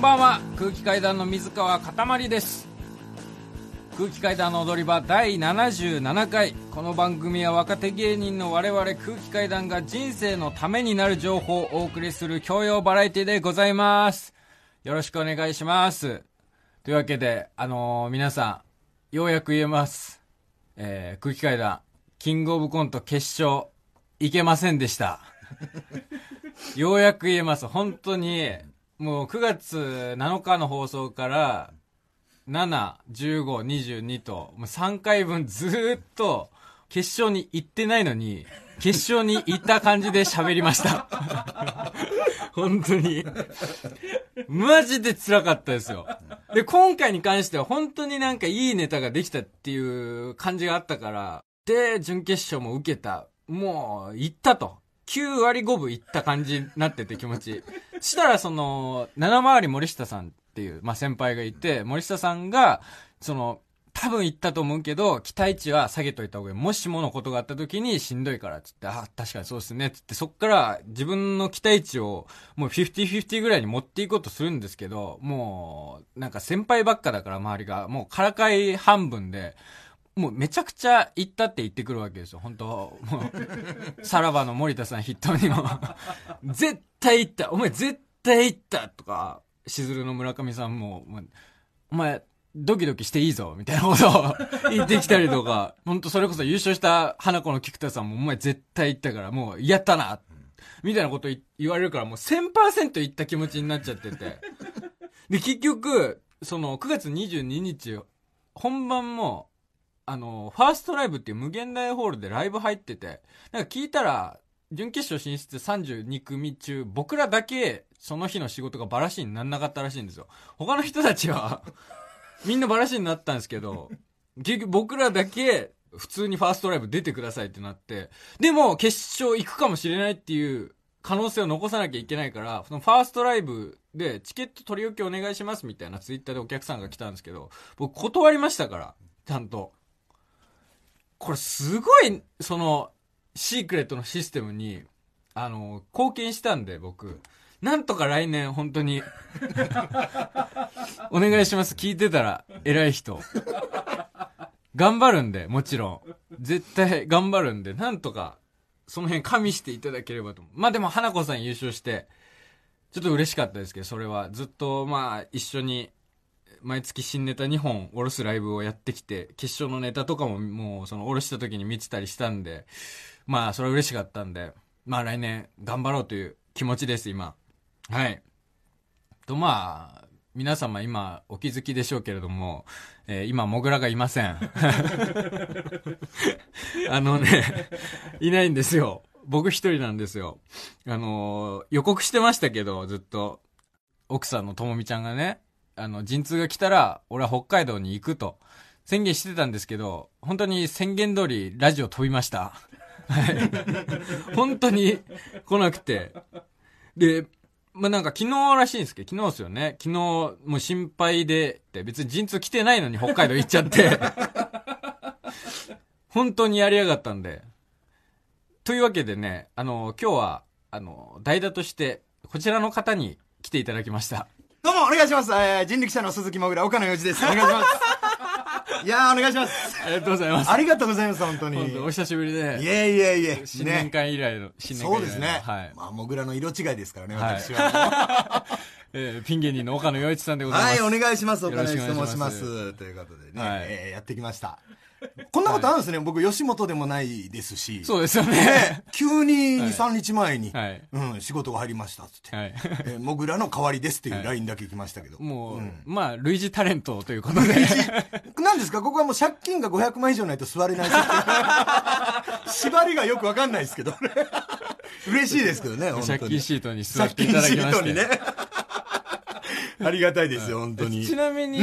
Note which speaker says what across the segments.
Speaker 1: ばんは空気階段の水川かたまりです空気階段の踊り場第77回この番組は若手芸人の我々空気階段が人生のためになる情報をお送りする教養バラエティでございますよろしくお願いしますというわけであのー皆さんようやく言えます、えー空気階段キングオブコント決勝いけませんでしたようやく言えます。本当に、もう9月7日の放送から、7、15、22と、もう3回分ずーっと、決勝に行ってないのに、決勝に行った感じで喋りました。 本当に。 マジで辛かったですよ。で、今回に関しては本当になんかいいネタができたっていう感じがあったから、で、準決勝も受けた。もう、行ったと。9割5分行った感じになってて気持ち。 したらその、七回り森下さんっていう、まあ、先輩がいて、森下さんが、その、多分行ったと思うけど、期待値は下げといた方がいい。もしものことがあった時にしんどいから、つって、あ、確かにそうですね、つって、そっから自分の期待値をもう50-50ぐらいに持っていこうとするんですけど、もう、なんか先輩ばっかだから周りが、もうからかい半分で、もうめちゃくちゃ行ったって言ってくるわけですよ。本当もう、さらばの森田さん筆頭にも。絶対行ったお前絶対行ったとか、しずるの村上さんも、もうお前、ドキドキしていいぞみたいなことを言ってきたりとか、本当それこそ優勝した花子の菊田さんも、お前絶対行ったから、もうやったな みたいなことい言われるから、もう1000%行った気持ちになっちゃってて。で、結局、その、9月22日、本番も、あの、ファーストライブっていう無限大ホールでライブ入ってて、なんか聞いたら、準決勝進出32組中、僕らだけ、その日の仕事がバラシになんなかったらしいんですよ。他の人たちは、みんなバラシになったんですけど、結局僕らだけ、普通にファーストライブ出てくださいってなって、でも決勝行くかもしれないっていう可能性を残さなきゃいけないから、そのファーストライブでチケット取り置きお願いしますみたいなツイッターでお客さんが来たんですけど、僕断りましたから、ちゃんと。これすごい、その、シークレットのシステムに、あの、貢献したんで、僕。なんとか来年、本当に。 お願いします。聞いてたら、偉い人。頑張るんで、もちろん。絶対頑張るんで、なんとか、その辺加味していただければと思う。まあでも、花子さん優勝して、ちょっと嬉しかったですけど、それは。ずっと、まあ、一緒に、毎月新ネタ2本おろすライブをやってきて、決勝のネタとかももう、その、おろした時に見てたりしたんで、まあ、それは嬉しかったんで、まあ来年、頑張ろうという気持ちです、今。はい。と、まあ、皆様今お気づきでしょうけれども、えー今、モグラがいません。あのね、いないんですよ。僕一人なんですよ。あのー予告してましたけど、ずっと。奥さんのともみちゃんがね、あの、陣痛が来たら、俺は北海道に行くと宣言してたんですけど、本当に宣言通りラジオ飛びました。はい。本当に来なくて。で、まあ、なんか昨日らしいんですけど、昨日ですよね。昨日、もう心配で、って別に陣痛来てないのに北海道行っちゃって。本当にやりやがったんで。というわけでね、あの、今日は、あの、代打として、こちらの方に来ていただきました。
Speaker 2: どうもお願いします、えー人力車の鈴木もぐら岡野洋一ですお願いしますいやーお願いします
Speaker 1: ありがとうございます。
Speaker 2: ありがとうございます本当に
Speaker 1: 本当お
Speaker 2: い
Speaker 1: 久しぶりで、
Speaker 2: えいえいえ
Speaker 1: 新年
Speaker 2: ね
Speaker 1: 会以来の、新年会
Speaker 2: そう
Speaker 1: 以
Speaker 2: です
Speaker 1: 来の
Speaker 2: ね、
Speaker 1: はい。
Speaker 2: まあもぐらの色違いですからね
Speaker 1: はい
Speaker 2: 私は、
Speaker 1: えーピン芸人の岡野洋一さん でございま
Speaker 2: はい
Speaker 1: す。
Speaker 2: お願いします
Speaker 1: よ
Speaker 2: 岡
Speaker 1: ろ
Speaker 2: 野
Speaker 1: しく
Speaker 2: 洋一
Speaker 1: お願いし
Speaker 2: と
Speaker 1: ます
Speaker 2: 申しますということでね、
Speaker 1: はい
Speaker 2: えーやってきましたこんなことあるんですね、僕吉本でもないですし
Speaker 1: そうですよね。
Speaker 2: ね急に
Speaker 1: はい
Speaker 2: 23日前に、
Speaker 1: はい。
Speaker 2: うん、仕事が入りましたっつって、
Speaker 1: はい。
Speaker 2: えーもぐらの代わりですってい
Speaker 1: は
Speaker 2: う
Speaker 1: い
Speaker 2: ラインだけ来ましたけど、
Speaker 1: もう、
Speaker 2: ん
Speaker 1: まあ、類似タレントということ で。
Speaker 2: なんですかここはもう借金が500万以上ないと座れない 縛りがよくわかんないですけどね嬉しいですけどね本
Speaker 1: 借
Speaker 2: 当
Speaker 1: 金
Speaker 2: に
Speaker 1: シートに座っていただきまして。
Speaker 2: ねありがたいですよ本当に
Speaker 1: ちなみに、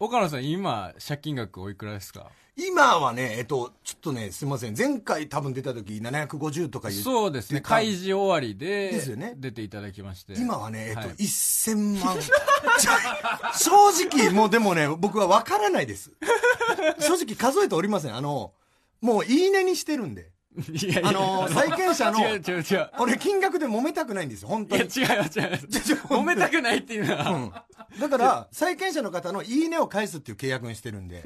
Speaker 1: 岡野さん、今、借金額おいくらですか
Speaker 2: 今はねえっとちょっとねすいません前回多分出た時750とかいう
Speaker 1: そうですね。
Speaker 2: 出た
Speaker 1: 開示終わりで、
Speaker 2: ですよね
Speaker 1: 出ていただきまして。
Speaker 2: 今はね、えっと、
Speaker 1: はい
Speaker 2: 1000万。 ちょ正直、もうでもね、僕は分からないです。正直数えておりません。あの、もういいねにしてるんで。
Speaker 1: いやいや
Speaker 2: あのー、債権者の、
Speaker 1: 違う違う違う。
Speaker 2: 俺金額で揉めたくないんですよ、本
Speaker 1: い
Speaker 2: 当
Speaker 1: や、違
Speaker 2: に
Speaker 1: う。よ、違うよ。
Speaker 2: ちょ本当
Speaker 1: 揉めたくないっていうの は、
Speaker 2: うんだから、債権者の方のいいねを返すっていう契約にしてる んで、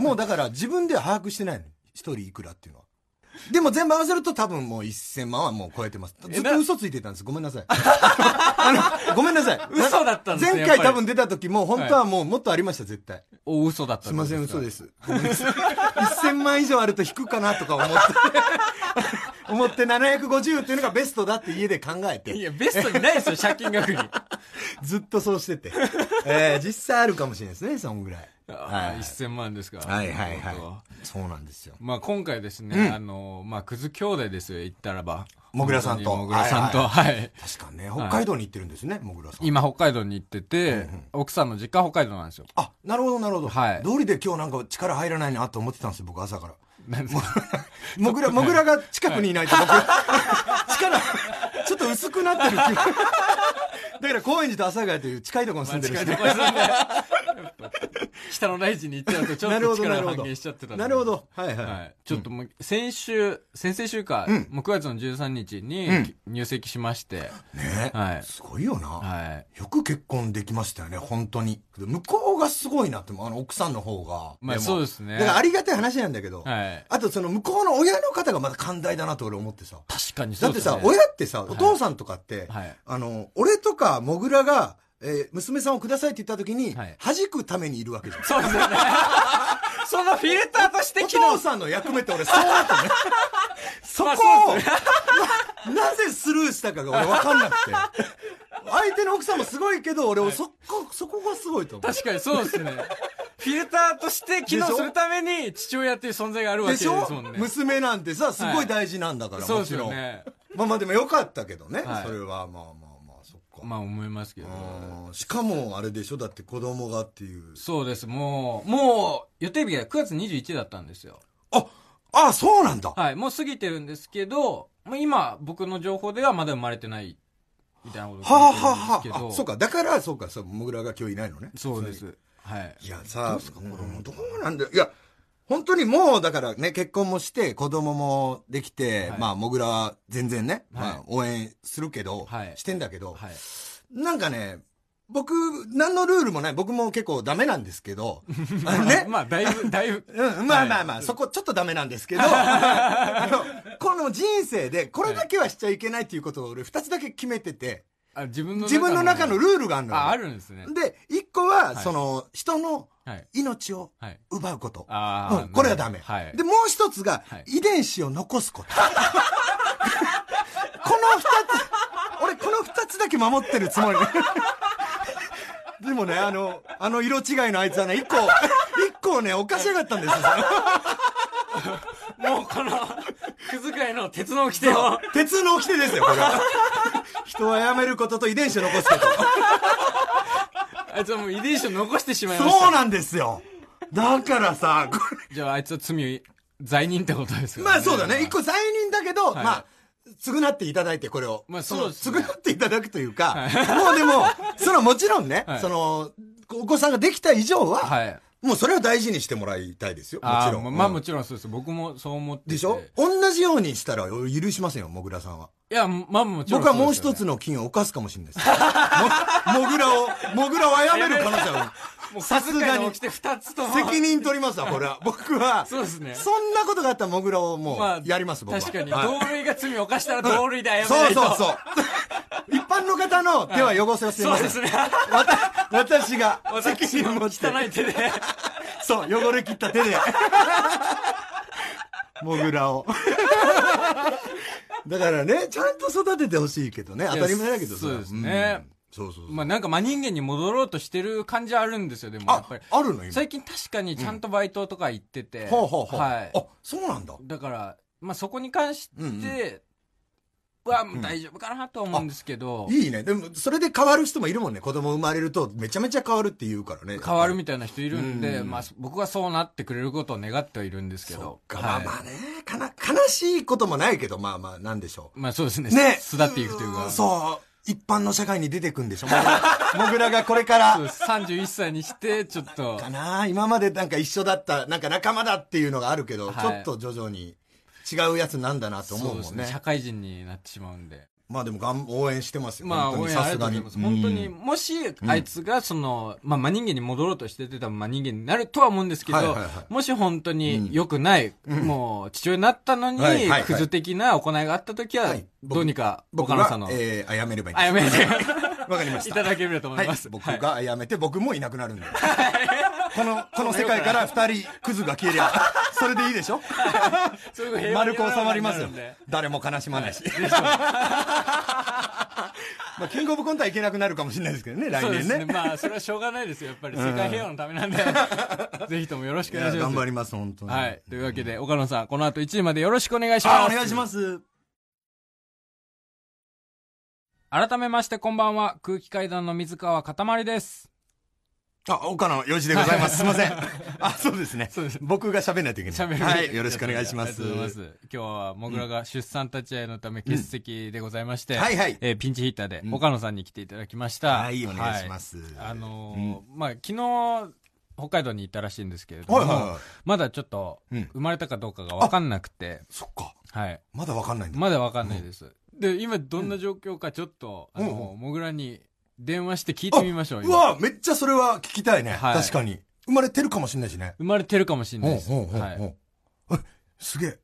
Speaker 2: もうだから自分では把握してないの。一人いくらっていうのは。でも全部合わせると多分もう1000万はもう超えてます。ずっと嘘ついてたんです。ごめ んなさい。あの、ごめんなさい。
Speaker 1: 嘘だったんですね
Speaker 2: 前
Speaker 1: やっ
Speaker 2: 回
Speaker 1: ぱり
Speaker 2: 多分出た時も本当はもうもっとありました、絶対。
Speaker 1: お、嘘だった。
Speaker 2: すいません、嘘です
Speaker 1: か。
Speaker 2: す。ごめんなさい1000万以上あると引くかなとか思 って、思って750っていうのがベストだって家で考えて
Speaker 1: い。や、ベストにないですよ、借金 額に。
Speaker 2: ずっとそうして て。えー、実際あるかもしれないですね、そんぐらい。
Speaker 1: あ
Speaker 2: は
Speaker 1: ー
Speaker 2: い。
Speaker 1: 1000万ですから。
Speaker 2: はいはい
Speaker 1: 本当
Speaker 2: はい。そうなんですよ。
Speaker 1: まあ今回ですね、
Speaker 2: うん
Speaker 1: あの、まあ、クズ兄弟ですよ、言ったらば。
Speaker 2: もぐらさんと
Speaker 1: 本当にもぐらさんと、
Speaker 2: は
Speaker 1: はい。
Speaker 2: 確かね、北海道に行ってるんですね、もぐらさん。
Speaker 1: 今、北海道に行ってて
Speaker 2: うんうん、
Speaker 1: 奥さんの実家は北海道なんですよ。
Speaker 2: あ、なるほどなるほど。
Speaker 1: はい
Speaker 2: 道理で今日なんか力入らないなと思ってたんですよ、僕朝から。
Speaker 1: なんですか
Speaker 2: も ぐら、もぐらが近くにいないと僕、 力、ちょっと薄くなってる気 が。だから高円寺と阿佐ヶ谷という近いところに住んでるん
Speaker 1: 近
Speaker 2: で
Speaker 1: い
Speaker 2: す
Speaker 1: とこ
Speaker 2: ね
Speaker 1: ですんでやっぱ下の大臣に行っちゃうと、ちょ
Speaker 2: な
Speaker 1: っ
Speaker 2: る
Speaker 1: と
Speaker 2: ほどな
Speaker 1: 力
Speaker 2: るほ
Speaker 1: 半
Speaker 2: ど
Speaker 1: 減しちゃってたんで
Speaker 2: なるほど。はいは
Speaker 1: はいい。、ちょっともう、先週、先々週か、
Speaker 2: うん
Speaker 1: もう9月の13日に
Speaker 2: うん
Speaker 1: 入籍しまして、
Speaker 2: ね
Speaker 1: はい
Speaker 2: すごいよな。
Speaker 1: はい。
Speaker 2: よく結婚できましたよね、本当に。向こうがすごいなって、あの奥さんの方が。
Speaker 1: まあ
Speaker 2: も
Speaker 1: そうですね
Speaker 2: だからありがたい話なんだけど、
Speaker 1: はい。
Speaker 2: あとその向こうの親の方がまだ寛大だなと俺思ってさ。
Speaker 1: 確かにそ
Speaker 2: だ
Speaker 1: う
Speaker 2: って
Speaker 1: ですね。
Speaker 2: さ、親ってさ、お父さんとかって、
Speaker 1: はい。
Speaker 2: あの、俺とかモグラが、えー娘さんをくださいって言った時に、
Speaker 1: はい
Speaker 2: 弾くためにいるわけじゃん。
Speaker 1: そうですよね。そのフィルターとして
Speaker 2: お
Speaker 1: 機
Speaker 2: 父
Speaker 1: 能
Speaker 2: さんの役目って俺そうだったね。そこ
Speaker 1: まあ
Speaker 2: を
Speaker 1: そうで、
Speaker 2: ななぜスルーしたかが俺分かんなくて。相手の奥さんもすごいけど、俺、そこ、そこがすごいと思う。
Speaker 1: 確かにそうですね。フィルターとして機能するために父親っていう存在があるわけ
Speaker 2: で
Speaker 1: で
Speaker 2: し
Speaker 1: す
Speaker 2: ょ
Speaker 1: もんね。
Speaker 2: 娘なんてさ、すごい大事なんだから、
Speaker 1: そう
Speaker 2: も
Speaker 1: で
Speaker 2: ち
Speaker 1: す
Speaker 2: ろん。
Speaker 1: よね。
Speaker 2: まあまあでもよかったけどね、
Speaker 1: はい
Speaker 2: それはまあまあまあ、そっか。
Speaker 1: まあ思いますけど。
Speaker 2: うんしかもあれでしょだって子供がっていう。
Speaker 1: そうです。もう、もう、予定日が9月21だったんですよ。
Speaker 2: あ、あ、そうなんだ。
Speaker 1: はい。もう過ぎてるんですけど、まあ今、僕の情報ではまだ生まれてない、みたいなこと
Speaker 2: はあ、はあ
Speaker 1: 聞いてるんです
Speaker 2: は
Speaker 1: けど。
Speaker 2: あ、あそうか。だから、そうか、そう、モグラが今日いないのね。
Speaker 1: そうです。はい。
Speaker 2: いや、さあ、うんどうなんだいや、本当にもう、だからね、結婚もして、子供もできて、
Speaker 1: はい
Speaker 2: まあ、モグラは全然ね、ま
Speaker 1: はい
Speaker 2: あ、応援するけど、
Speaker 1: はい
Speaker 2: してんだけど、
Speaker 1: はい。
Speaker 2: なんかね、僕、何のルールもない、僕も結構ダメなんです けど、あのね、
Speaker 1: まあ、だいぶ、だいぶ。
Speaker 2: うん、まあまあまあ、そこちょっとダメなんで すけど、あの、この人生でこれだけはしちゃいけないっていうことを俺二つだけ決めてて、
Speaker 1: あ自分の
Speaker 2: 自分の中の
Speaker 1: ー
Speaker 2: ルールがあるのよ。
Speaker 1: あ、あるんですね。
Speaker 2: で、一個
Speaker 1: は
Speaker 2: は、
Speaker 1: い
Speaker 2: その、人の
Speaker 1: はい。
Speaker 2: 命を
Speaker 1: はい。
Speaker 2: 奪うこと。
Speaker 1: ああ、
Speaker 2: うん、これはダメ。
Speaker 1: はい。
Speaker 2: で、もう一つが
Speaker 1: はい、
Speaker 2: 遺伝子を残すこと。 この二つ、俺この二つだけ守ってるつもり。 でもね、あの、あの色違いのあいつはね、一個、 一個ね、おかしやがったんですよ。
Speaker 1: もうこの、くずかいの鉄の掟を。
Speaker 2: 鉄の掟ですよ、これは。人はやめることと遺伝子を残す こと。
Speaker 1: あいつはもう遺伝子を残してしまいました。
Speaker 2: そうなんですよ。だからさ、こ
Speaker 1: じゃああいつは罪を、罪人ってことです
Speaker 2: れ
Speaker 1: よ
Speaker 2: まあそうだね。一。個罪人だけど、
Speaker 1: はい
Speaker 2: まあ、償っていただいて、これを。
Speaker 1: まあ
Speaker 2: の
Speaker 1: そうですね
Speaker 2: 償っていただくというか、もうでも、そのもちろんね、
Speaker 1: はい
Speaker 2: その、お子さんができた以上は、
Speaker 1: はい。
Speaker 2: もうそれを大事にしてもらいたいですよ。も
Speaker 1: あ
Speaker 2: ち
Speaker 1: あ、
Speaker 2: ろん。
Speaker 1: まあ
Speaker 2: うん
Speaker 1: もちろんそうです。僕もそう思ってて。
Speaker 2: でしょ同じようにしたら許しませんよ、もぐらさんは。
Speaker 1: いや、まあもちろん
Speaker 2: 僕はもう
Speaker 1: そで
Speaker 2: 一
Speaker 1: すよ
Speaker 2: つ
Speaker 1: ね。
Speaker 2: の金を犯すかもしれないです。ももぐらを、もぐらを殺める可能性はある。さすが
Speaker 1: もう
Speaker 2: に
Speaker 1: 起きて二つとも。
Speaker 2: 責任取りますわ、これは。僕は、
Speaker 1: そうですね。
Speaker 2: そんなことがあったらもぐらをも
Speaker 1: まあ
Speaker 2: う、やります、僕は。
Speaker 1: 確かに、
Speaker 2: はい
Speaker 1: 同類が罪を犯したら同類で謝ら
Speaker 2: そ
Speaker 1: な
Speaker 2: う
Speaker 1: いと。
Speaker 2: そうそう。一般の方の手は汚せはすいま
Speaker 1: そう
Speaker 2: せ
Speaker 1: で
Speaker 2: ん。
Speaker 1: すね。
Speaker 2: わた私が、責
Speaker 1: 私
Speaker 2: 任を
Speaker 1: の
Speaker 2: 持って。
Speaker 1: 汚い手で。
Speaker 2: そう、汚れ切っ た手で。モグラを。だからね、ちゃんと育ててほしいけどね。当たり前だけど
Speaker 1: そうですね
Speaker 2: れはうんそうそうそ う。
Speaker 1: まあなんか真人間に戻ろうとしてる感じはあるんですよ、でもやっ
Speaker 2: あ
Speaker 1: ぱり。、
Speaker 2: あるの今。
Speaker 1: 最近確かにちゃんとバイトとか行ってて。
Speaker 2: ほうほうほう。
Speaker 1: はい
Speaker 2: あ、そうなんだ。
Speaker 1: だから、まあそこに関し
Speaker 2: うんうん
Speaker 1: ては大丈夫かなとは思うんですけど、
Speaker 2: いいね。でも、それで変わる人もいるもんね。子供生まれると、めちゃめちゃ変わるって言うからね。
Speaker 1: 変わるみたいな人いるんで、
Speaker 2: うん
Speaker 1: まあ僕はそうなってくれることを願ってはいるんですけど。
Speaker 2: そっか、
Speaker 1: はい
Speaker 2: まあまあね。かな、悲しいこともないけど、まあまあ、なんでしょ
Speaker 1: まあそうですね。
Speaker 2: う。ね。
Speaker 1: 巣立っていくというか。
Speaker 2: ん
Speaker 1: う。
Speaker 2: そう。一般の社会に出てくんでしょ。モグラモグラがこれから
Speaker 1: そう。です31歳にして、ちょっと
Speaker 2: か。な今までなんか一緒だった、なんか仲間だっていうのがあるけど、
Speaker 1: はい
Speaker 2: ちょっと徐々に違うやつなんだなと思う
Speaker 1: そうで
Speaker 2: も
Speaker 1: す
Speaker 2: んね
Speaker 1: 社会人になってしまうんで。
Speaker 2: まあでもがん応援してますよ
Speaker 1: まあ、
Speaker 2: 本当
Speaker 1: 応
Speaker 2: に
Speaker 1: 援
Speaker 2: さ
Speaker 1: あり
Speaker 2: す
Speaker 1: がとう
Speaker 2: が
Speaker 1: ござ
Speaker 2: に
Speaker 1: います。本当に、
Speaker 2: うん
Speaker 1: もし、あいつが、その、まあ、真人間に戻ろうとしててた真人間になるとは思うんですけど、
Speaker 2: はいはいはい
Speaker 1: もし本当に良くない、もう、父親になったのに、
Speaker 2: はいはいはい
Speaker 1: クズ的な行いがあった時は、
Speaker 2: はい僕
Speaker 1: どうにか、
Speaker 2: 僕
Speaker 1: 岡野さ
Speaker 2: が
Speaker 1: んの、
Speaker 2: えー、あやめればいい
Speaker 1: あ、やめ て、
Speaker 2: わかりまし
Speaker 1: い
Speaker 2: た
Speaker 1: ただければと思います。
Speaker 2: はい、僕
Speaker 1: はい
Speaker 2: がやめて、僕もいなくなるんで。この、この世界から二人クズが消 えりゃ、それでいいでしょ
Speaker 1: すごい平和
Speaker 2: 丸
Speaker 1: に
Speaker 2: く収まりますよ
Speaker 1: なるんで。
Speaker 2: 誰も悲 しまないし。まあ、キングオブコントはいけなくなるかもしれないですけどね、来
Speaker 1: そうで
Speaker 2: 年
Speaker 1: す
Speaker 2: ね。
Speaker 1: ね。まあ、それはしょうがないですよ。やっぱり、世界平和のため なんで、ぜひともよろしく
Speaker 2: い
Speaker 1: お願い
Speaker 2: や
Speaker 1: します
Speaker 2: 頑。張ります、本当に。
Speaker 1: はい。というわけで、岡野さん、この後1時までよろしくお願いし
Speaker 2: あ、
Speaker 1: ま
Speaker 2: お
Speaker 1: す。
Speaker 2: 願いします。
Speaker 1: 改めまして、こんばんは。空気階段の水川かたまりです。
Speaker 2: あ、岡野洋一でございます。すいません。あ、そうですね。
Speaker 1: そうです
Speaker 2: 僕が喋んないといけない。
Speaker 1: 喋る。
Speaker 2: はい、よろしくお願いしま
Speaker 1: ありが
Speaker 2: す。
Speaker 1: とうございます。今日は、もぐらが出産立ち会いのため欠席でございまして、
Speaker 2: はいはい。
Speaker 1: えーピンチヒッターで、
Speaker 2: うん
Speaker 1: 岡野さんに来ていただきました。。
Speaker 2: はい、お願いしますす。
Speaker 1: あのーまあ、昨日、北海道に行ったらしいんですけれども、
Speaker 2: はいはいはい。
Speaker 1: まだちょっと、
Speaker 2: うん
Speaker 1: 生まれたかどうかがわかんなくて、
Speaker 2: そっか。
Speaker 1: はい。
Speaker 2: まだわかんないんだ。
Speaker 1: まだわかんないです。で、今どんな状況かちょっと、あ
Speaker 2: うん
Speaker 1: の、もぐらに電話して聞いてみましょう、
Speaker 2: う
Speaker 1: 今
Speaker 2: わ、めっちゃそれは聞きたいね。
Speaker 1: はい
Speaker 2: 確かに。生まれてるかもしれないしね。
Speaker 1: 生まれてるかもしれないです。
Speaker 2: うんうんうん
Speaker 1: はい
Speaker 2: うんえすげえ。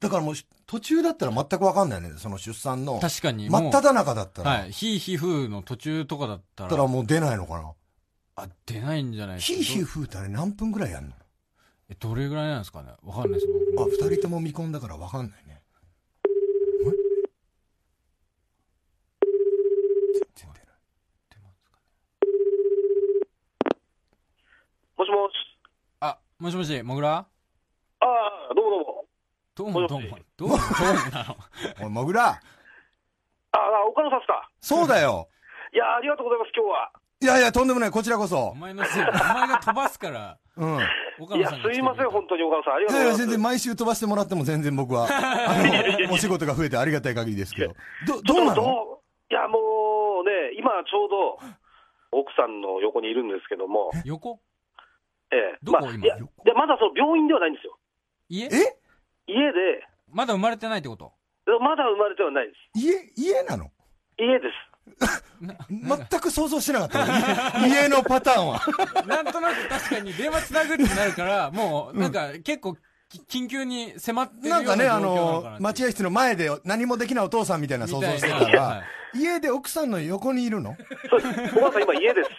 Speaker 2: だからもうし途中だったら全く分かんないね。その出産の。
Speaker 1: 確かに。
Speaker 2: 真っ
Speaker 1: もう
Speaker 2: 只中だったら。
Speaker 1: はい。ヒーヒーフーの途中とかだった
Speaker 2: だ
Speaker 1: ら。
Speaker 2: ったらもう出ないのかな。
Speaker 1: あ、出ないんじゃないです
Speaker 2: ヒ
Speaker 1: か。
Speaker 2: ーヒー
Speaker 1: ど
Speaker 2: フーってあれ何分ぐらいやんの
Speaker 1: えどれぐらいなんですかねわかんないです。
Speaker 2: あ、
Speaker 1: 僕も
Speaker 2: 二人とも未婚だから分かんないね。全然出ない
Speaker 3: もしもし。
Speaker 1: あ、もしもし、もぐら
Speaker 3: ああ、どうもどうも。
Speaker 1: どうもどうもどうもど
Speaker 3: もしもし。
Speaker 1: うもなの。
Speaker 2: おい、もぐら。
Speaker 3: ああ、岡野さんですか。
Speaker 2: そうだよ。
Speaker 3: いやあ、ありがとうございます、今日は。
Speaker 2: いやいや、とんでもない。こちらこ
Speaker 1: お
Speaker 2: そ。
Speaker 1: 前のせいだ。お前が飛ばすから、
Speaker 2: うん。い
Speaker 1: 岡
Speaker 3: い
Speaker 1: 野
Speaker 3: や
Speaker 1: さん、が
Speaker 3: す
Speaker 1: 来
Speaker 3: い
Speaker 1: てくれた。
Speaker 3: ません、本当に岡野さん。ありがと
Speaker 2: やいうや、
Speaker 3: ござい
Speaker 2: 全然
Speaker 3: ます。
Speaker 2: 毎週飛ばしてもらっても全然僕は、あ の、お仕事が増えてありがたい限りですけど。ど、どうな
Speaker 3: ちょっと
Speaker 2: の
Speaker 3: どういや、もうね、今ちょうど、奥さんの横にいるんですけども、
Speaker 1: 横
Speaker 3: ええ。
Speaker 1: どこ
Speaker 3: まあ、
Speaker 1: 今
Speaker 3: いや、いやまだその病院ではないんですよ。
Speaker 1: 家
Speaker 2: え
Speaker 3: 家で、
Speaker 1: まだ生まれてないってこと
Speaker 3: まだ生まれてはないです。
Speaker 2: 家、家なの
Speaker 3: 家です。
Speaker 1: な
Speaker 2: 全く想像してなか った。家のパターンは。
Speaker 1: なんとなく確かに電話つなぐってなるから、もう、なんか結構き、緊急に迫ってるよ
Speaker 2: な
Speaker 1: うんな
Speaker 2: か
Speaker 1: 状況
Speaker 2: ね、
Speaker 1: な
Speaker 2: あ
Speaker 1: のか
Speaker 2: の
Speaker 1: な、
Speaker 2: 待合室の前で何もできないお父さんみたいな想像してた
Speaker 1: みたいなは
Speaker 2: ら、家で奥さんの横にいるの
Speaker 3: そ うです。岡野さん、今家です。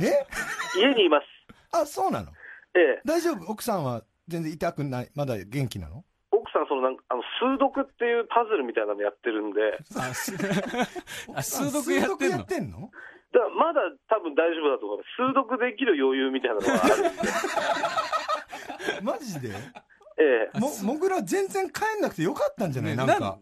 Speaker 2: え
Speaker 3: 家にいます。
Speaker 2: あ、そうなの
Speaker 3: ええ。
Speaker 2: 大丈夫奥さんは全然痛くないまだ元気なの
Speaker 3: 奥さん、そのなんか、あの、数読っていうパズルみたいなのやってるんで、
Speaker 1: あ、すあ数読やってんの
Speaker 2: てんの
Speaker 3: だからまだ多分大丈夫だと思います。数読できる余裕みたいなのがあるんで。
Speaker 2: マジで
Speaker 3: ええ。
Speaker 2: も、もぐら全然帰んなくてよかったんじゃな
Speaker 1: ね
Speaker 2: いなんか。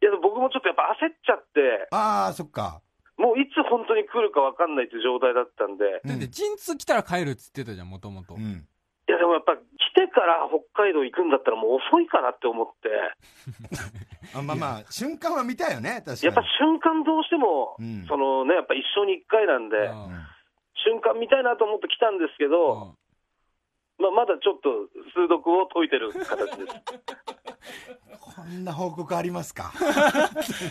Speaker 3: いや、でも僕もちょっとやっぱ焦っちゃって、
Speaker 2: あー、そっか。
Speaker 3: もういつ本当に来るか分かんないっていう状態だったんで、
Speaker 1: だって、陣痛来たら帰るっつってたじゃん、もともと
Speaker 2: う。ん。
Speaker 3: いや、でもやっぱ来てから北海道行くんだったらもう遅いかなって思って、
Speaker 2: あまあまあ、瞬間は見たよね、確
Speaker 3: やっ
Speaker 2: か
Speaker 3: ぱ瞬間どうしても、
Speaker 2: うん
Speaker 3: そのね、やっぱ一生に一回なんで、
Speaker 1: う
Speaker 2: に
Speaker 1: ん。
Speaker 3: 瞬間見たいなと思って来たんですけど、まあ、まだちょっと数読を解いてる形です。
Speaker 2: こんな報告あります か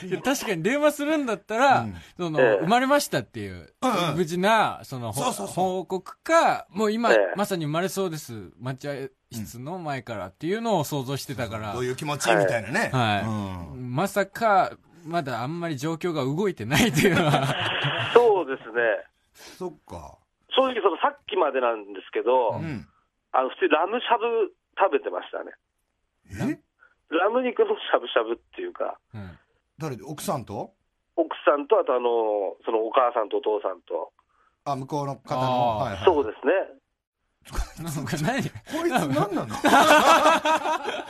Speaker 1: いや確かに電話するんだったら、
Speaker 2: うん
Speaker 1: その、
Speaker 3: ええ
Speaker 1: 生まれましたっていう、
Speaker 2: うんうん
Speaker 1: 無事な、その、ほ
Speaker 2: そうそうそう
Speaker 1: 報告か、もう今、
Speaker 3: ええ
Speaker 1: まさに生まれそうです、待合室の前からっていうのを想像してたから、
Speaker 2: どういう気持ちみたいなね。
Speaker 1: はい
Speaker 2: うん
Speaker 1: まさか、まだあんまり状況が動いてないっていうのは、
Speaker 3: そうですね。
Speaker 2: そっか。
Speaker 3: 正直そのさっきまでなんですけど、
Speaker 2: ん。
Speaker 3: あの普通にラムしゃぶ食べてましたね。
Speaker 2: え
Speaker 3: ラム肉のしゃぶしゃぶっていうか、
Speaker 1: うん
Speaker 2: 誰で奥さんと
Speaker 3: 奥さんと、あとあの、そのお母さんとお父さんと。
Speaker 2: あ、向こうの方の。
Speaker 1: あー
Speaker 2: はいはい、
Speaker 3: そうですね。
Speaker 1: なんか何ね
Speaker 2: こいつ 何なのな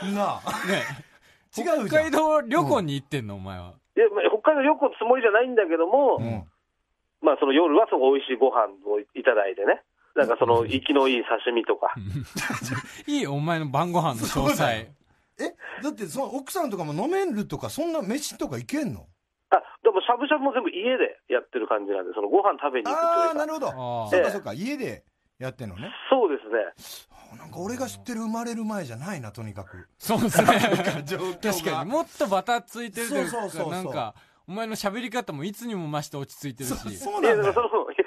Speaker 2: あ。 違うじゃん
Speaker 1: 北海道旅行に行ってんの、お前は。
Speaker 3: いやまあ北海道旅行のつもりじゃないんだけども、
Speaker 2: うん。
Speaker 3: まあその夜はその美味しいご飯をいただいてね。なんかその生きのいい刺身とか。
Speaker 1: いいよお前の晩ご飯の詳
Speaker 2: そうだよ
Speaker 1: 細。
Speaker 2: え、だってその奥さんとかも飲めるとか、そんな飯とかいけんの
Speaker 3: あ、でもしゃぶしゃぶも全部家でやってる感じなんで、そのご飯食べに行くと
Speaker 2: ああ、
Speaker 3: い
Speaker 2: な
Speaker 3: う
Speaker 2: る
Speaker 3: か。
Speaker 2: ほど。
Speaker 1: あ
Speaker 2: そ
Speaker 1: ー
Speaker 2: うかそうか。家でやってんのね。
Speaker 3: そうですですね。
Speaker 2: なんか俺が知ってる生まれる前じゃないな、とにかく。
Speaker 1: そう ですね。
Speaker 2: 状況が
Speaker 1: 確かに。もっとバタついてるというか、
Speaker 2: そうそうそうそう
Speaker 1: なんか、お前の喋り方もいつにも増して落ち着いてるし。
Speaker 2: そうそう
Speaker 3: い
Speaker 2: な
Speaker 3: や、
Speaker 2: ん
Speaker 3: で
Speaker 2: だ
Speaker 3: もそ
Speaker 2: よ。
Speaker 3: の、いや、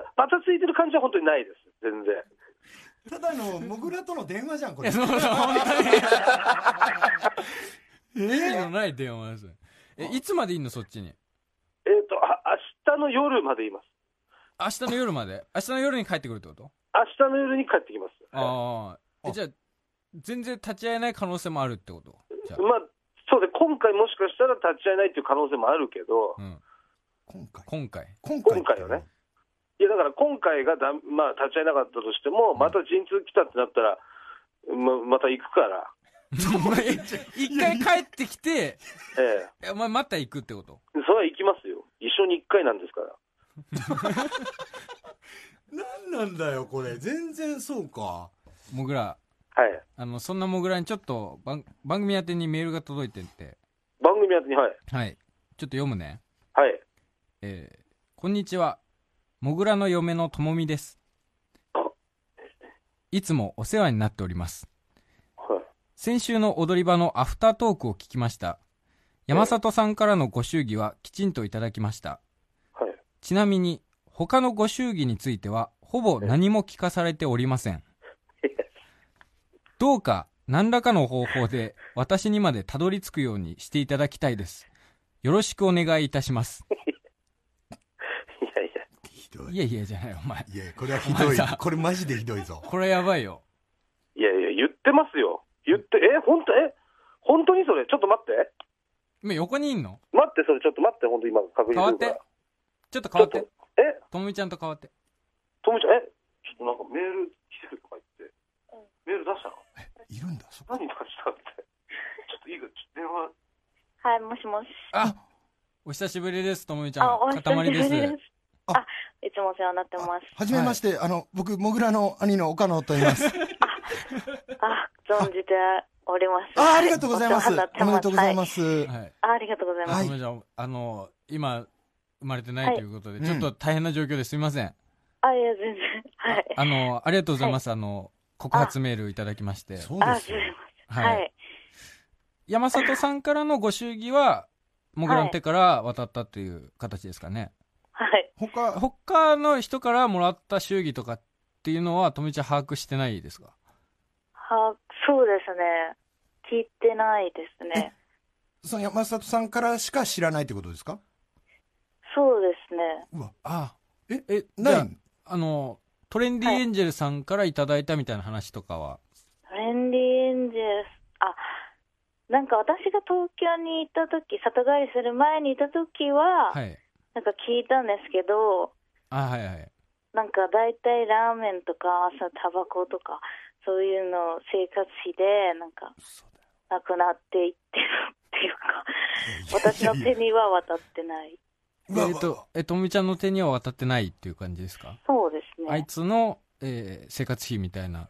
Speaker 3: だバタついてる感じは本当にないです。全然。
Speaker 2: ただの、モグラとの電話じゃん、こ
Speaker 1: いや
Speaker 2: れ。
Speaker 1: そうそう、本当に。意味のない電話です。え、いつまでいんの、そっちに。
Speaker 3: えっ、と、あ、明日の夜までいます。
Speaker 1: 明日の夜まで明日の夜に帰ってくるってこと
Speaker 3: 明日の夜に帰ってきます。
Speaker 1: ああ。え
Speaker 2: あ
Speaker 1: じゃあ、全然立ち会えない可能性もあるってことじゃあ。
Speaker 3: まあ、そうで、今回もしかしたら立ち会えないっていう可能性もあるけど、
Speaker 1: うん。
Speaker 2: 今回。
Speaker 1: 今回。
Speaker 2: 今
Speaker 3: 今回はね。いや、だから今回がだ、まあ、立ち会えなかったとしても、また陣痛来たってなったら、ままた行くから、
Speaker 1: 一回帰ってき て、
Speaker 3: ええ、
Speaker 1: えお前また行くってこと
Speaker 3: それは行きますよ。一緒に一回なんですから。
Speaker 2: 何なんだよ、これ。全然そうか。
Speaker 1: もぐら、
Speaker 3: はい。
Speaker 1: あの、そんなもぐらにちょっと番番組宛てにメールが届いてって。
Speaker 3: 番組宛てに、はい。
Speaker 1: はい。ちょっと読むね。
Speaker 3: はい。
Speaker 1: えーこんにちは。もぐらの嫁のともみです。いつもお世話になっております。
Speaker 3: はい
Speaker 1: 先週の踊り場のアフタートークを聞きました。山里さんからのご祝儀はきちんといただきました。
Speaker 3: はい。
Speaker 1: ちなみに、他のご祝儀については、ほぼ何も聞かされておりません。どうか、何らかの方法で、私にまでたどり着くようにしていただきたいです。よろしくお願いいたします。
Speaker 3: いやいや。
Speaker 2: ひど
Speaker 1: い
Speaker 2: い。
Speaker 1: やいやじゃない、お前。
Speaker 2: いや、これはひどい。これマジでひどいぞ。
Speaker 1: これやばいよ。
Speaker 3: いやいや、言ってますよ。言って、え、本当え、本当にそれちょっと待って。
Speaker 1: 今横にいんの
Speaker 3: 待って、それちょっと待って、本当今確
Speaker 1: 変わ
Speaker 3: 認
Speaker 1: っ
Speaker 3: する
Speaker 1: て
Speaker 3: か。
Speaker 1: ちょっと変わ
Speaker 3: ら。
Speaker 1: って。
Speaker 3: ちょっと、え、
Speaker 1: ともみちゃんと変わって。
Speaker 3: ともちゃん、え、ちょっとなんかメール来てるとか言って、メール出したの
Speaker 2: いるんだ、そこ。
Speaker 3: 何出したって。ちょっといいか、ちょっと電話。
Speaker 4: はい、もしもし。
Speaker 1: あお久しぶりです、ともみちゃ
Speaker 4: あ、
Speaker 1: ん。
Speaker 4: お久しぶ
Speaker 1: 塊
Speaker 4: り
Speaker 1: で。
Speaker 4: ですす。
Speaker 2: あ
Speaker 4: あ、いつもお世話になってます。
Speaker 2: はじめまして、あの、僕、モグラの兄の岡野と言います。
Speaker 4: あ、存じております。
Speaker 2: あありがとうございます。
Speaker 4: お世話になって。
Speaker 2: おめでとうございますす。
Speaker 1: はい。
Speaker 4: はいあありがとうございま
Speaker 2: は
Speaker 4: す。
Speaker 2: い
Speaker 1: ともみちゃん、あの、今、生まれてな
Speaker 4: はいい
Speaker 1: ということで、
Speaker 2: うん
Speaker 1: ちょっと大変な状況ですいません。
Speaker 4: あ、いや、全然。はい。
Speaker 1: あの、ありがとうございます。あの、告発メールいただきまして。
Speaker 2: そう
Speaker 4: あ、
Speaker 2: です
Speaker 4: す
Speaker 2: よ
Speaker 4: み。ません。は。い。
Speaker 1: 山里さんからのご祝儀は、もぐらの手から渡ったという形ですかね。
Speaker 4: はい。
Speaker 2: 他、
Speaker 1: 他の人からもらった祝儀とかっていうのは、ともみちゃん把握してないですか
Speaker 4: は、そうですね。聞いてないですね。
Speaker 2: その山里さんからしか知らないってことですか
Speaker 4: そうですね。
Speaker 2: うわ、
Speaker 1: あ
Speaker 2: え
Speaker 1: え、
Speaker 2: な
Speaker 1: じゃあ
Speaker 2: い
Speaker 1: あの、トレンディエンジェルさんからいただいたみたいな話とかは。
Speaker 4: フレンディエンジェルス、あ、なんか私が東京に行った時、里帰りする前にいた時は、
Speaker 1: はい。
Speaker 4: なんか聞いたんですけど、
Speaker 1: あ、はいはい。
Speaker 4: なんか大体ラーメンとか朝タバコとかそういうの生活費でなんか
Speaker 2: そうだよ
Speaker 4: なくなっていってるっていうか
Speaker 2: い
Speaker 4: 私
Speaker 2: や
Speaker 4: の
Speaker 2: いや
Speaker 4: 手には渡ってない
Speaker 1: えっ、と、え、ともみちゃんの手には渡ってないっていう感じですか
Speaker 4: そうです
Speaker 1: あい
Speaker 4: ね
Speaker 1: つの、えー生活費みたいな、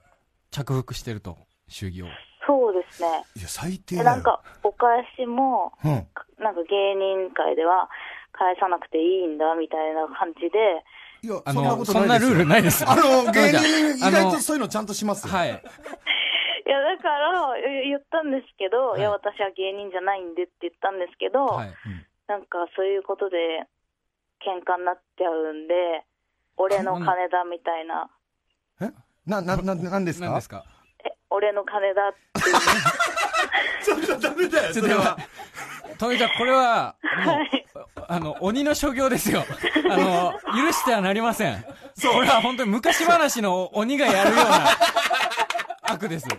Speaker 1: 着服してると、祝儀を。
Speaker 4: そうですね
Speaker 2: いや、最低
Speaker 4: で
Speaker 2: だよ。
Speaker 4: なんかお返しも
Speaker 2: うん。
Speaker 4: なんか芸人界では返さなくていいんだみたいな感じで
Speaker 2: いや、
Speaker 1: あ
Speaker 2: そんなこ
Speaker 1: の、
Speaker 2: と
Speaker 1: そん
Speaker 2: な
Speaker 1: ない
Speaker 2: で
Speaker 1: ルー
Speaker 2: す
Speaker 1: ル
Speaker 2: よ。
Speaker 1: ないですよ。
Speaker 2: あの、芸
Speaker 1: ともみ
Speaker 2: 人、
Speaker 1: ちゃん
Speaker 2: 意外
Speaker 1: あ
Speaker 2: と
Speaker 1: の
Speaker 2: そういうのちゃんとしますよ。。
Speaker 1: はいい。
Speaker 4: いやだからえ言ったんですけど、
Speaker 1: はい
Speaker 4: い、や私は芸人じゃないんでって言ったんですけど、
Speaker 1: はい。
Speaker 4: なんかそういうことで喧嘩になっちゃうんで、俺の金だみたいな、
Speaker 2: えな、な、な、なんです
Speaker 1: 何
Speaker 2: か
Speaker 1: ですか
Speaker 4: え俺の金だっていう、
Speaker 2: ちょっ とダメだよ、
Speaker 1: ちょっとでは、ともみちゃん、これは、
Speaker 4: はい、
Speaker 1: もう、あの、鬼の所業ですよ。 あの、許してはなりません。そう。これは本当に昔話の鬼がやるよう な、悪です。
Speaker 4: い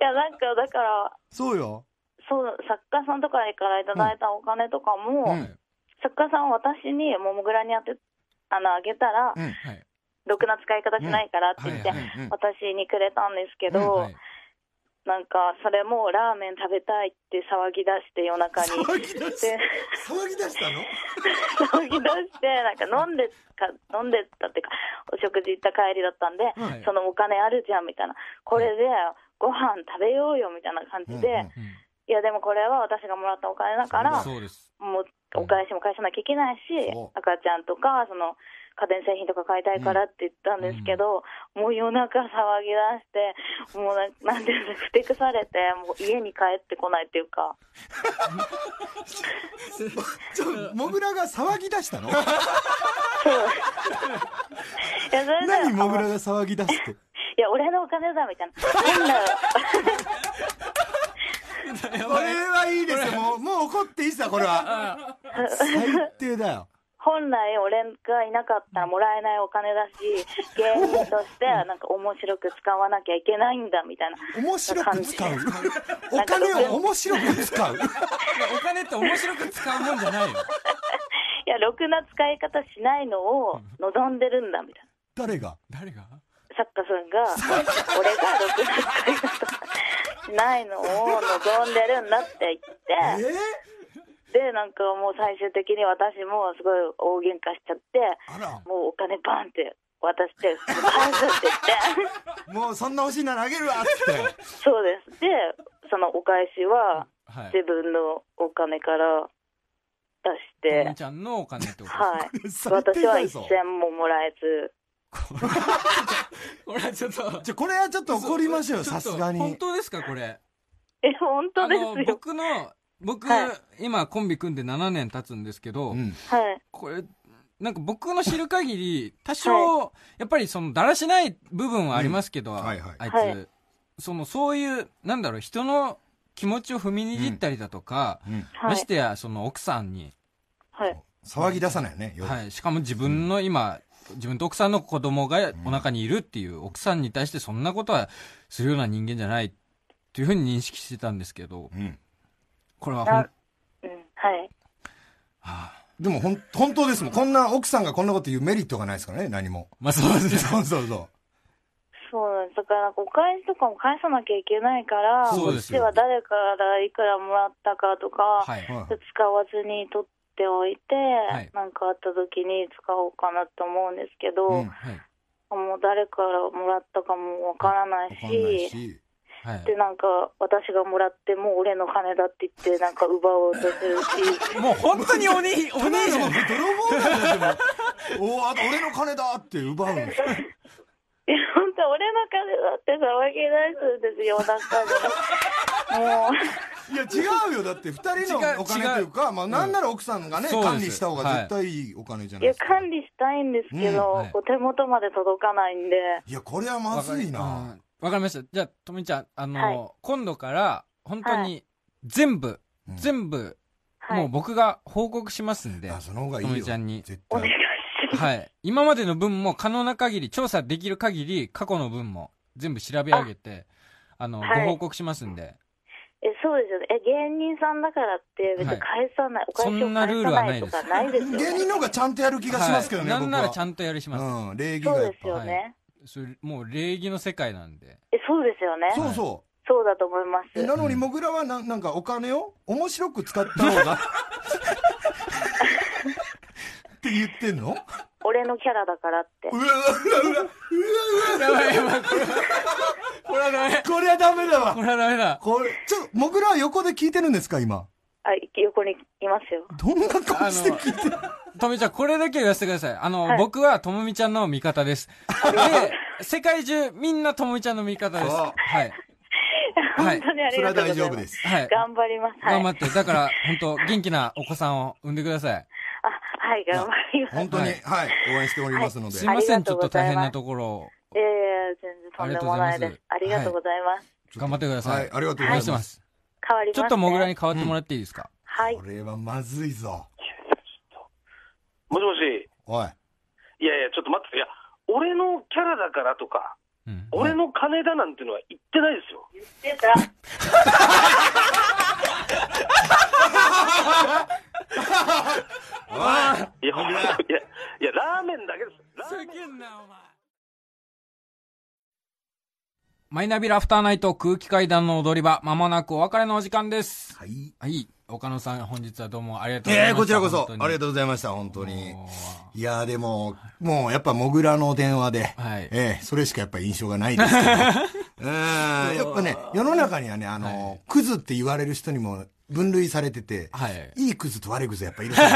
Speaker 4: や、なんかだから、
Speaker 2: そうよ。
Speaker 4: そう作家さんとかからいただいたお金とかも、
Speaker 2: うん
Speaker 4: 作家さんは私にももぐらにあてあのあげたら、
Speaker 2: う
Speaker 1: は
Speaker 2: ん。
Speaker 1: い。
Speaker 4: ろくな使い方しないからって言って、
Speaker 1: うんはい
Speaker 2: はいうん
Speaker 4: 私にくれたんですけど、
Speaker 1: はい。
Speaker 4: なんかそれもラーメン食べたいって騒ぎ出して夜中に。
Speaker 2: 騒ぎ出し
Speaker 4: で
Speaker 2: 騒ぎ出した の
Speaker 4: 騒ぎ出して、なんか飲んでか、飲んでったっていうか、お食事行った帰りだったんで、
Speaker 1: はい
Speaker 4: そのお金あるじゃんみたいな、これでご飯食べようよみたいな感じで、
Speaker 2: うんう
Speaker 1: う
Speaker 2: ん
Speaker 1: ん
Speaker 4: いや、でもこれは私がもらったお金だから、
Speaker 1: そうです。
Speaker 4: もうお返しも返さなきゃいけないし
Speaker 2: そ、う
Speaker 4: 赤ちゃんとか、その、家電製品とか買いたいからって言ったんですけど、もう夜中騒ぎ出して、もうななんていうんですか、ふてくされて、もう家に帰ってこないっていうか、
Speaker 2: ちょ、モグラが騒ぎ出したの
Speaker 4: いや、それで、
Speaker 2: 何モグ
Speaker 4: あ
Speaker 2: ラが騒ぎ出すって。
Speaker 4: いや、俺のお金だみたいな、変な、
Speaker 1: や
Speaker 2: こ
Speaker 1: ばい
Speaker 2: れはいいですよ。もう、もう怒っていいさ、これは。最低だよ。
Speaker 4: 本来俺がいなかったらもらえないお金だし、芸人としてなんか面白く使わなきゃいけないんだみたいな。
Speaker 2: 面白く使う。お金を面白く使 う。
Speaker 1: お金って面白く使うもんじゃないよ。
Speaker 4: いや、ろくな使い方しないのを望んでるんだみたいな。
Speaker 2: 誰が
Speaker 1: 誰が
Speaker 4: 作家さんが、俺がろくな使い方しないのを望んでるんだって言
Speaker 2: え
Speaker 4: って、
Speaker 2: ー
Speaker 4: で、なんかもう最終的に私もすごい大喧嘩しちゃって、
Speaker 2: あら、
Speaker 4: もうお金バンって渡して、返すって言って。
Speaker 2: もうそんな欲しいならあげるわっつって。
Speaker 4: そうです。で、そのお返しは、
Speaker 1: はい。
Speaker 4: 自分のお金から出し
Speaker 1: とも
Speaker 4: て
Speaker 1: ち、ゃんのお金ってこと
Speaker 4: は い。
Speaker 2: 最低
Speaker 4: 私は
Speaker 2: だよ
Speaker 4: 一銭ももらえず、
Speaker 1: これちょっと。
Speaker 2: じゃ、これはちょっと怒りましょうよ、
Speaker 1: ちょ
Speaker 2: さ
Speaker 1: っと
Speaker 2: すがに。
Speaker 1: 本当ですか、これ。
Speaker 4: え、本当で
Speaker 1: あの
Speaker 4: すよ。
Speaker 1: 僕の、僕、
Speaker 4: はい
Speaker 1: 今コンビ組んで7年経つんですけど、
Speaker 2: うん。
Speaker 4: はい。
Speaker 1: これ、なんか僕の知る限り、多少、やっぱりその、だらしない部分はありますけど、
Speaker 2: んはいはい
Speaker 1: あいつ、
Speaker 4: はい
Speaker 1: その、そういう、なんだろう、人の気持ちを踏みにじったりだとか、
Speaker 2: うん。
Speaker 4: は
Speaker 1: まし
Speaker 4: い。
Speaker 1: てや、その奥さんに、
Speaker 4: はい。
Speaker 2: 騒ぎ出さないよね、夜
Speaker 1: はい、しかも自分の今、自分と奥さんの子供がお腹にいるっていう奥さんに対してそんなことはするような人間じゃないっていうふうに認識してたんですけど、
Speaker 2: うん。
Speaker 1: これはほん
Speaker 4: な、うん、はい。
Speaker 2: でもほん、本当ですもん。こんな奥さんがこんなこと言うメリットがないですからね、何も。
Speaker 1: まあそうですね。
Speaker 2: そうそうそ
Speaker 4: そうなんです。だから、お返しとかも返さなきゃいけないから、
Speaker 2: そう
Speaker 4: こ
Speaker 2: で
Speaker 4: っ
Speaker 2: す
Speaker 4: ち
Speaker 2: よ。。
Speaker 4: は誰からいくらもらったかとか、
Speaker 1: はいう
Speaker 2: は
Speaker 4: 使わずに取っておいて、
Speaker 1: い
Speaker 4: なんかあった時に使おうかなと思うんですけど、
Speaker 2: うん
Speaker 1: はい。
Speaker 4: もう誰からもらったかもわからない
Speaker 2: い。
Speaker 4: し、
Speaker 2: わかんないし。
Speaker 1: は
Speaker 4: で
Speaker 1: い。
Speaker 4: なんか私がもらってもう俺の金だって言ってなんか奪おうとする し
Speaker 1: もう本当に おに、お
Speaker 2: た
Speaker 1: に
Speaker 2: だ
Speaker 1: じ
Speaker 2: の
Speaker 1: ゃん。
Speaker 2: 泥棒だよ、でも。おーあと俺の金だって奪うの。
Speaker 4: いや本当俺の金だって騒ぎ出すんですよ夜中にもう
Speaker 2: いや違うよだって2人のお金というかまあ、なんなら奥さんがね、
Speaker 1: そうです
Speaker 2: 管理した方が絶対いいお金じゃないい
Speaker 4: や
Speaker 2: ですか、
Speaker 4: 管理したいんですけど、
Speaker 1: うんはい
Speaker 4: お手元まで届かないんで
Speaker 2: い、やこれはまずい
Speaker 1: うん
Speaker 2: な、
Speaker 1: わかりました。じゃあ、とみちゃん、あの、
Speaker 4: はい
Speaker 1: 今度から、本当
Speaker 4: は
Speaker 1: に、全部、
Speaker 2: うん
Speaker 1: 全部、
Speaker 4: はい
Speaker 1: もう僕が報告しますんで、
Speaker 2: あその方がいい
Speaker 1: と
Speaker 2: よ
Speaker 1: みちゃんに。
Speaker 2: 絶
Speaker 4: お願い
Speaker 2: 対
Speaker 4: します、
Speaker 1: はい。今までの分も可能な限り、調査できる限り、過去の分も全部調べ上げて、あの、
Speaker 4: はい
Speaker 1: ご報告しますんで。
Speaker 4: えそうですよねえ芸人さんだからって別に返さない、お返し
Speaker 1: そ
Speaker 4: を
Speaker 1: んなル
Speaker 4: 返
Speaker 1: ー
Speaker 4: さ
Speaker 1: ルはな
Speaker 4: な
Speaker 1: い
Speaker 4: い
Speaker 1: です
Speaker 4: とかないですよね
Speaker 2: 芸人の方がちゃんとやる気がしますけどね、
Speaker 1: はい、なんならち
Speaker 2: 僕は
Speaker 1: ゃんとやりします。
Speaker 2: うん礼儀
Speaker 4: そ
Speaker 2: が
Speaker 4: う
Speaker 2: やっ
Speaker 4: です
Speaker 2: ぱ
Speaker 4: よね、
Speaker 1: それもう礼儀の世界なんで。
Speaker 4: えそうですよね
Speaker 2: そう,、
Speaker 4: そう
Speaker 2: そう
Speaker 4: だと思います
Speaker 2: えなのにもぐらはななんかお金を面白く使った方がって言ってんのうわ
Speaker 4: 俺のキャラだからって
Speaker 2: うわうわうわ
Speaker 1: やばいやばい、これは、これはダメ。
Speaker 2: これはダメだ
Speaker 1: こ
Speaker 2: わ
Speaker 1: れはダメだ。
Speaker 2: これちょっともぐらは横で聞いてるんですか今
Speaker 4: あ横にいますよ
Speaker 2: どんな顔して聞いてる
Speaker 1: とみちゃん、これだけは言わせてください。あの、
Speaker 4: はい
Speaker 1: 僕はともみちゃんの味方です。で、世界中みんなともみちゃんの味方です。
Speaker 2: そう
Speaker 1: はい。はい
Speaker 4: 本当にありがとうございます。
Speaker 2: す。
Speaker 1: はい。
Speaker 4: 頑張ります。は
Speaker 1: 頑
Speaker 4: い。
Speaker 1: 張って。だから、本当元気なお子さんを産んでください。
Speaker 4: あ、はい、頑張ります。
Speaker 2: 本当に、
Speaker 1: は
Speaker 2: はいい、応援しておりますので。
Speaker 1: すいませ
Speaker 4: あ
Speaker 1: ん、ち
Speaker 4: りがと
Speaker 1: ょっ
Speaker 4: うござ
Speaker 1: と
Speaker 4: いま
Speaker 1: 大
Speaker 4: す
Speaker 1: 変なところを。
Speaker 4: ええ全然とんでもないです。あ
Speaker 1: あり
Speaker 4: り
Speaker 1: が
Speaker 4: が
Speaker 1: と
Speaker 4: と
Speaker 1: うご
Speaker 4: うございます。
Speaker 1: 頑張ってくださ。
Speaker 2: はいい、ありがと
Speaker 1: 応
Speaker 2: うござ
Speaker 1: 援
Speaker 2: い
Speaker 1: して
Speaker 2: ま。
Speaker 1: ますす。
Speaker 4: 変わります、
Speaker 1: ち
Speaker 4: ね。
Speaker 1: ょっともぐらに。代わってもらっていいですか、
Speaker 4: はい
Speaker 2: こ。れはまずいぞ。
Speaker 3: もしもし、
Speaker 2: おい。
Speaker 3: いやいや、ちょっと待って、いや、俺のキャラだからとか、
Speaker 1: うん、
Speaker 3: 俺の金だなんてのは言ってないですよ。
Speaker 4: 出た。
Speaker 3: いや、ほんといや、いや、ラーメンだけです。ラーメン
Speaker 1: マイナビラフターナイト空気階段の踊り場、まもなくお別れのお時間です。
Speaker 2: はい。
Speaker 1: はい。岡野さん、本日はどうもありがとうございまし
Speaker 2: ええ
Speaker 1: た。
Speaker 2: こちらこそ、
Speaker 1: 本
Speaker 2: あり
Speaker 1: 当に
Speaker 2: がとうございました、本当に
Speaker 1: も。
Speaker 2: いやーでも、もうやっぱ、もぐらの電話で、
Speaker 1: はい
Speaker 2: ええそれしかやっぱ印象がないですけど、うん、やっぱね、世の中にはね、あの、
Speaker 1: は
Speaker 2: クズって言われる人にも分類されてて、
Speaker 1: はい
Speaker 2: いクズと悪いクズやっぱいるんです よ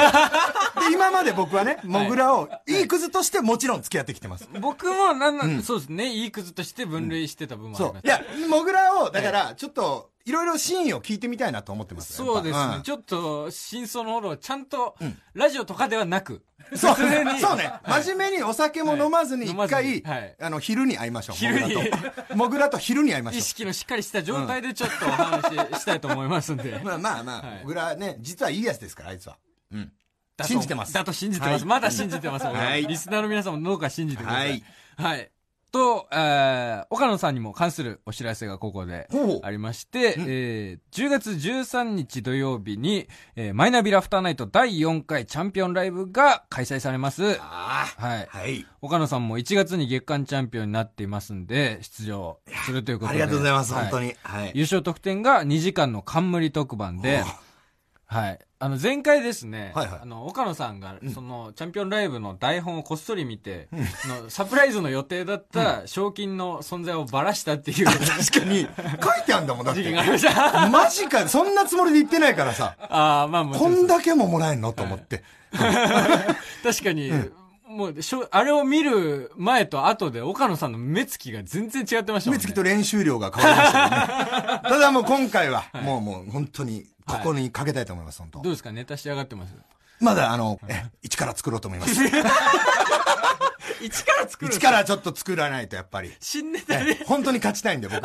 Speaker 2: で、今まで僕はね、モグラを、いいクズとしてもちろん付き合ってきてます。
Speaker 1: 僕もなんなん、そうですね、いいクズとして分類してた部分はあり
Speaker 2: そ
Speaker 1: ま
Speaker 2: う。い
Speaker 1: す。
Speaker 2: や、モグラを、だから、ちょっと、いろいろ真意を聞いてみたいなと思ってます。
Speaker 1: そうです
Speaker 2: や
Speaker 1: ね
Speaker 2: っ。ぱ
Speaker 1: ちょっと、真相のほどをちゃんと、ラジオとかではなく、
Speaker 2: うんそう、
Speaker 1: 普通に
Speaker 2: そうね。真面目にお酒も飲まず
Speaker 1: はい
Speaker 2: に一
Speaker 1: 飲まずに
Speaker 2: 回、
Speaker 1: はい
Speaker 2: あの、昼に会いましょう。
Speaker 1: 昼に
Speaker 2: モグラと。モグラと昼に会いましょ
Speaker 1: 意
Speaker 2: う。
Speaker 1: 識のしっかりした状態でちょっとお話ししたいと思いますんで。
Speaker 2: まあまあまあ、
Speaker 1: はい
Speaker 2: モグラね、実はいいやつですから、あいつは。うん。
Speaker 1: だと
Speaker 2: 信じてます
Speaker 1: だと信じてます。
Speaker 2: はい
Speaker 1: まだ信じてます。僕は
Speaker 2: はい
Speaker 1: リスナーの皆さんもどうか信じてください。
Speaker 2: は
Speaker 1: はいい。と、えー、岡野さんにも関するお知らせがここで
Speaker 2: ほう
Speaker 1: ありまして、えー、10月13日土曜日に、えー、マイナビラフターナイト第4回チャンピオンライブが開催されます。
Speaker 2: あ
Speaker 1: はい
Speaker 2: あ。。はい。
Speaker 1: 岡野さんも1月に月間チャンピオンになっていますんで、出場するということ
Speaker 2: あ
Speaker 1: で。
Speaker 2: りがとうございます、
Speaker 1: は
Speaker 2: 本当に。はい。
Speaker 1: 優勝特典が2時間の冠特番で、はい。あの、前回ですね、
Speaker 2: はいはい
Speaker 1: あの、岡野さんが、その、チャンピオンライブの台本をこっそり見て、そのサプライズの予定だった賞金の存在をばらした っていう
Speaker 2: 確かに、書いてあんだもん、だっ
Speaker 1: 事件
Speaker 2: て
Speaker 1: があ。りました。
Speaker 2: マジかよ、そんなつもりで言ってないからさ、
Speaker 1: ああ、まあもち
Speaker 2: こ
Speaker 1: ろん
Speaker 2: んだけももらえんのと思って。
Speaker 1: 確かに、もう、しょあれを見る前と後で、岡野さんの目つきが全然違ってましたもん
Speaker 2: 目
Speaker 1: ね。
Speaker 2: つきと練習量が変わりましたよね。ただもう今回は、もうもう本当に、ここにかけたいと思います、本
Speaker 1: ど
Speaker 2: 当。
Speaker 1: うですかネタ仕上がってます
Speaker 2: まだあの、え一から作ろうと 思います。
Speaker 1: 一から作る
Speaker 2: 一からちょっと作らないと、やっぱり。
Speaker 1: 新ネタで
Speaker 2: え本当に勝ちたいんで、僕。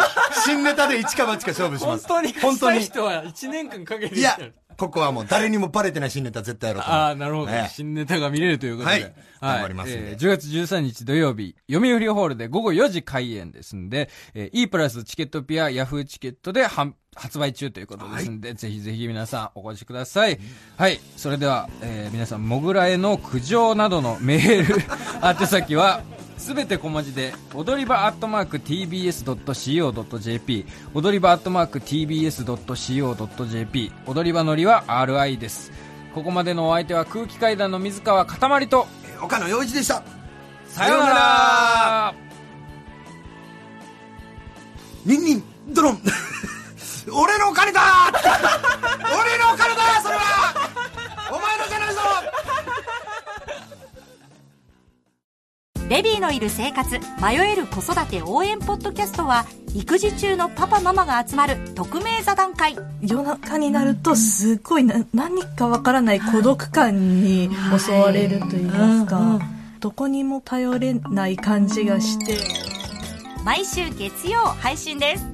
Speaker 2: 新ネタで一か八か勝負しま
Speaker 1: 本
Speaker 2: す。
Speaker 1: 当に勝ちたい人は1年間かけて
Speaker 2: いや、ここはもう誰にもバレてない新ネタ絶対やろうと思う。
Speaker 1: ああ、なるほど、
Speaker 2: ええ
Speaker 1: 新ネタが見れるということで。
Speaker 2: はい頑張りますんで
Speaker 1: えー10月13日土曜日、読売ホールで午後4時開演ですんで、えー、E プラスチケットピア、ヤフーチケットで販発売中ということですんで、ぜひぜひ皆さんお越しください。はい。それでは、えー皆さん、モグラへの苦情などのメール、宛先は、すべて小文字で、踊り場アットマーク tbs.co.jp、踊り場アットマーク tbs.co.jp、踊り場のりは RI です。ここまでのお相手は空気階段の水川かたまりと、
Speaker 2: え岡野陽一でした。
Speaker 1: さようなら
Speaker 2: ニンニン、ドロン。 俺のお金だー 俺のお金だーそれはお前のじゃないぞ
Speaker 5: ベビーのいる生活迷える子育て応援ポッドキャストは育児中のパパママが集まる匿名座談会
Speaker 6: 夜中になるとすごいな何かわからない孤独感に襲われると言いますか、どこにも頼れない感じがして。
Speaker 5: 毎週月曜配信です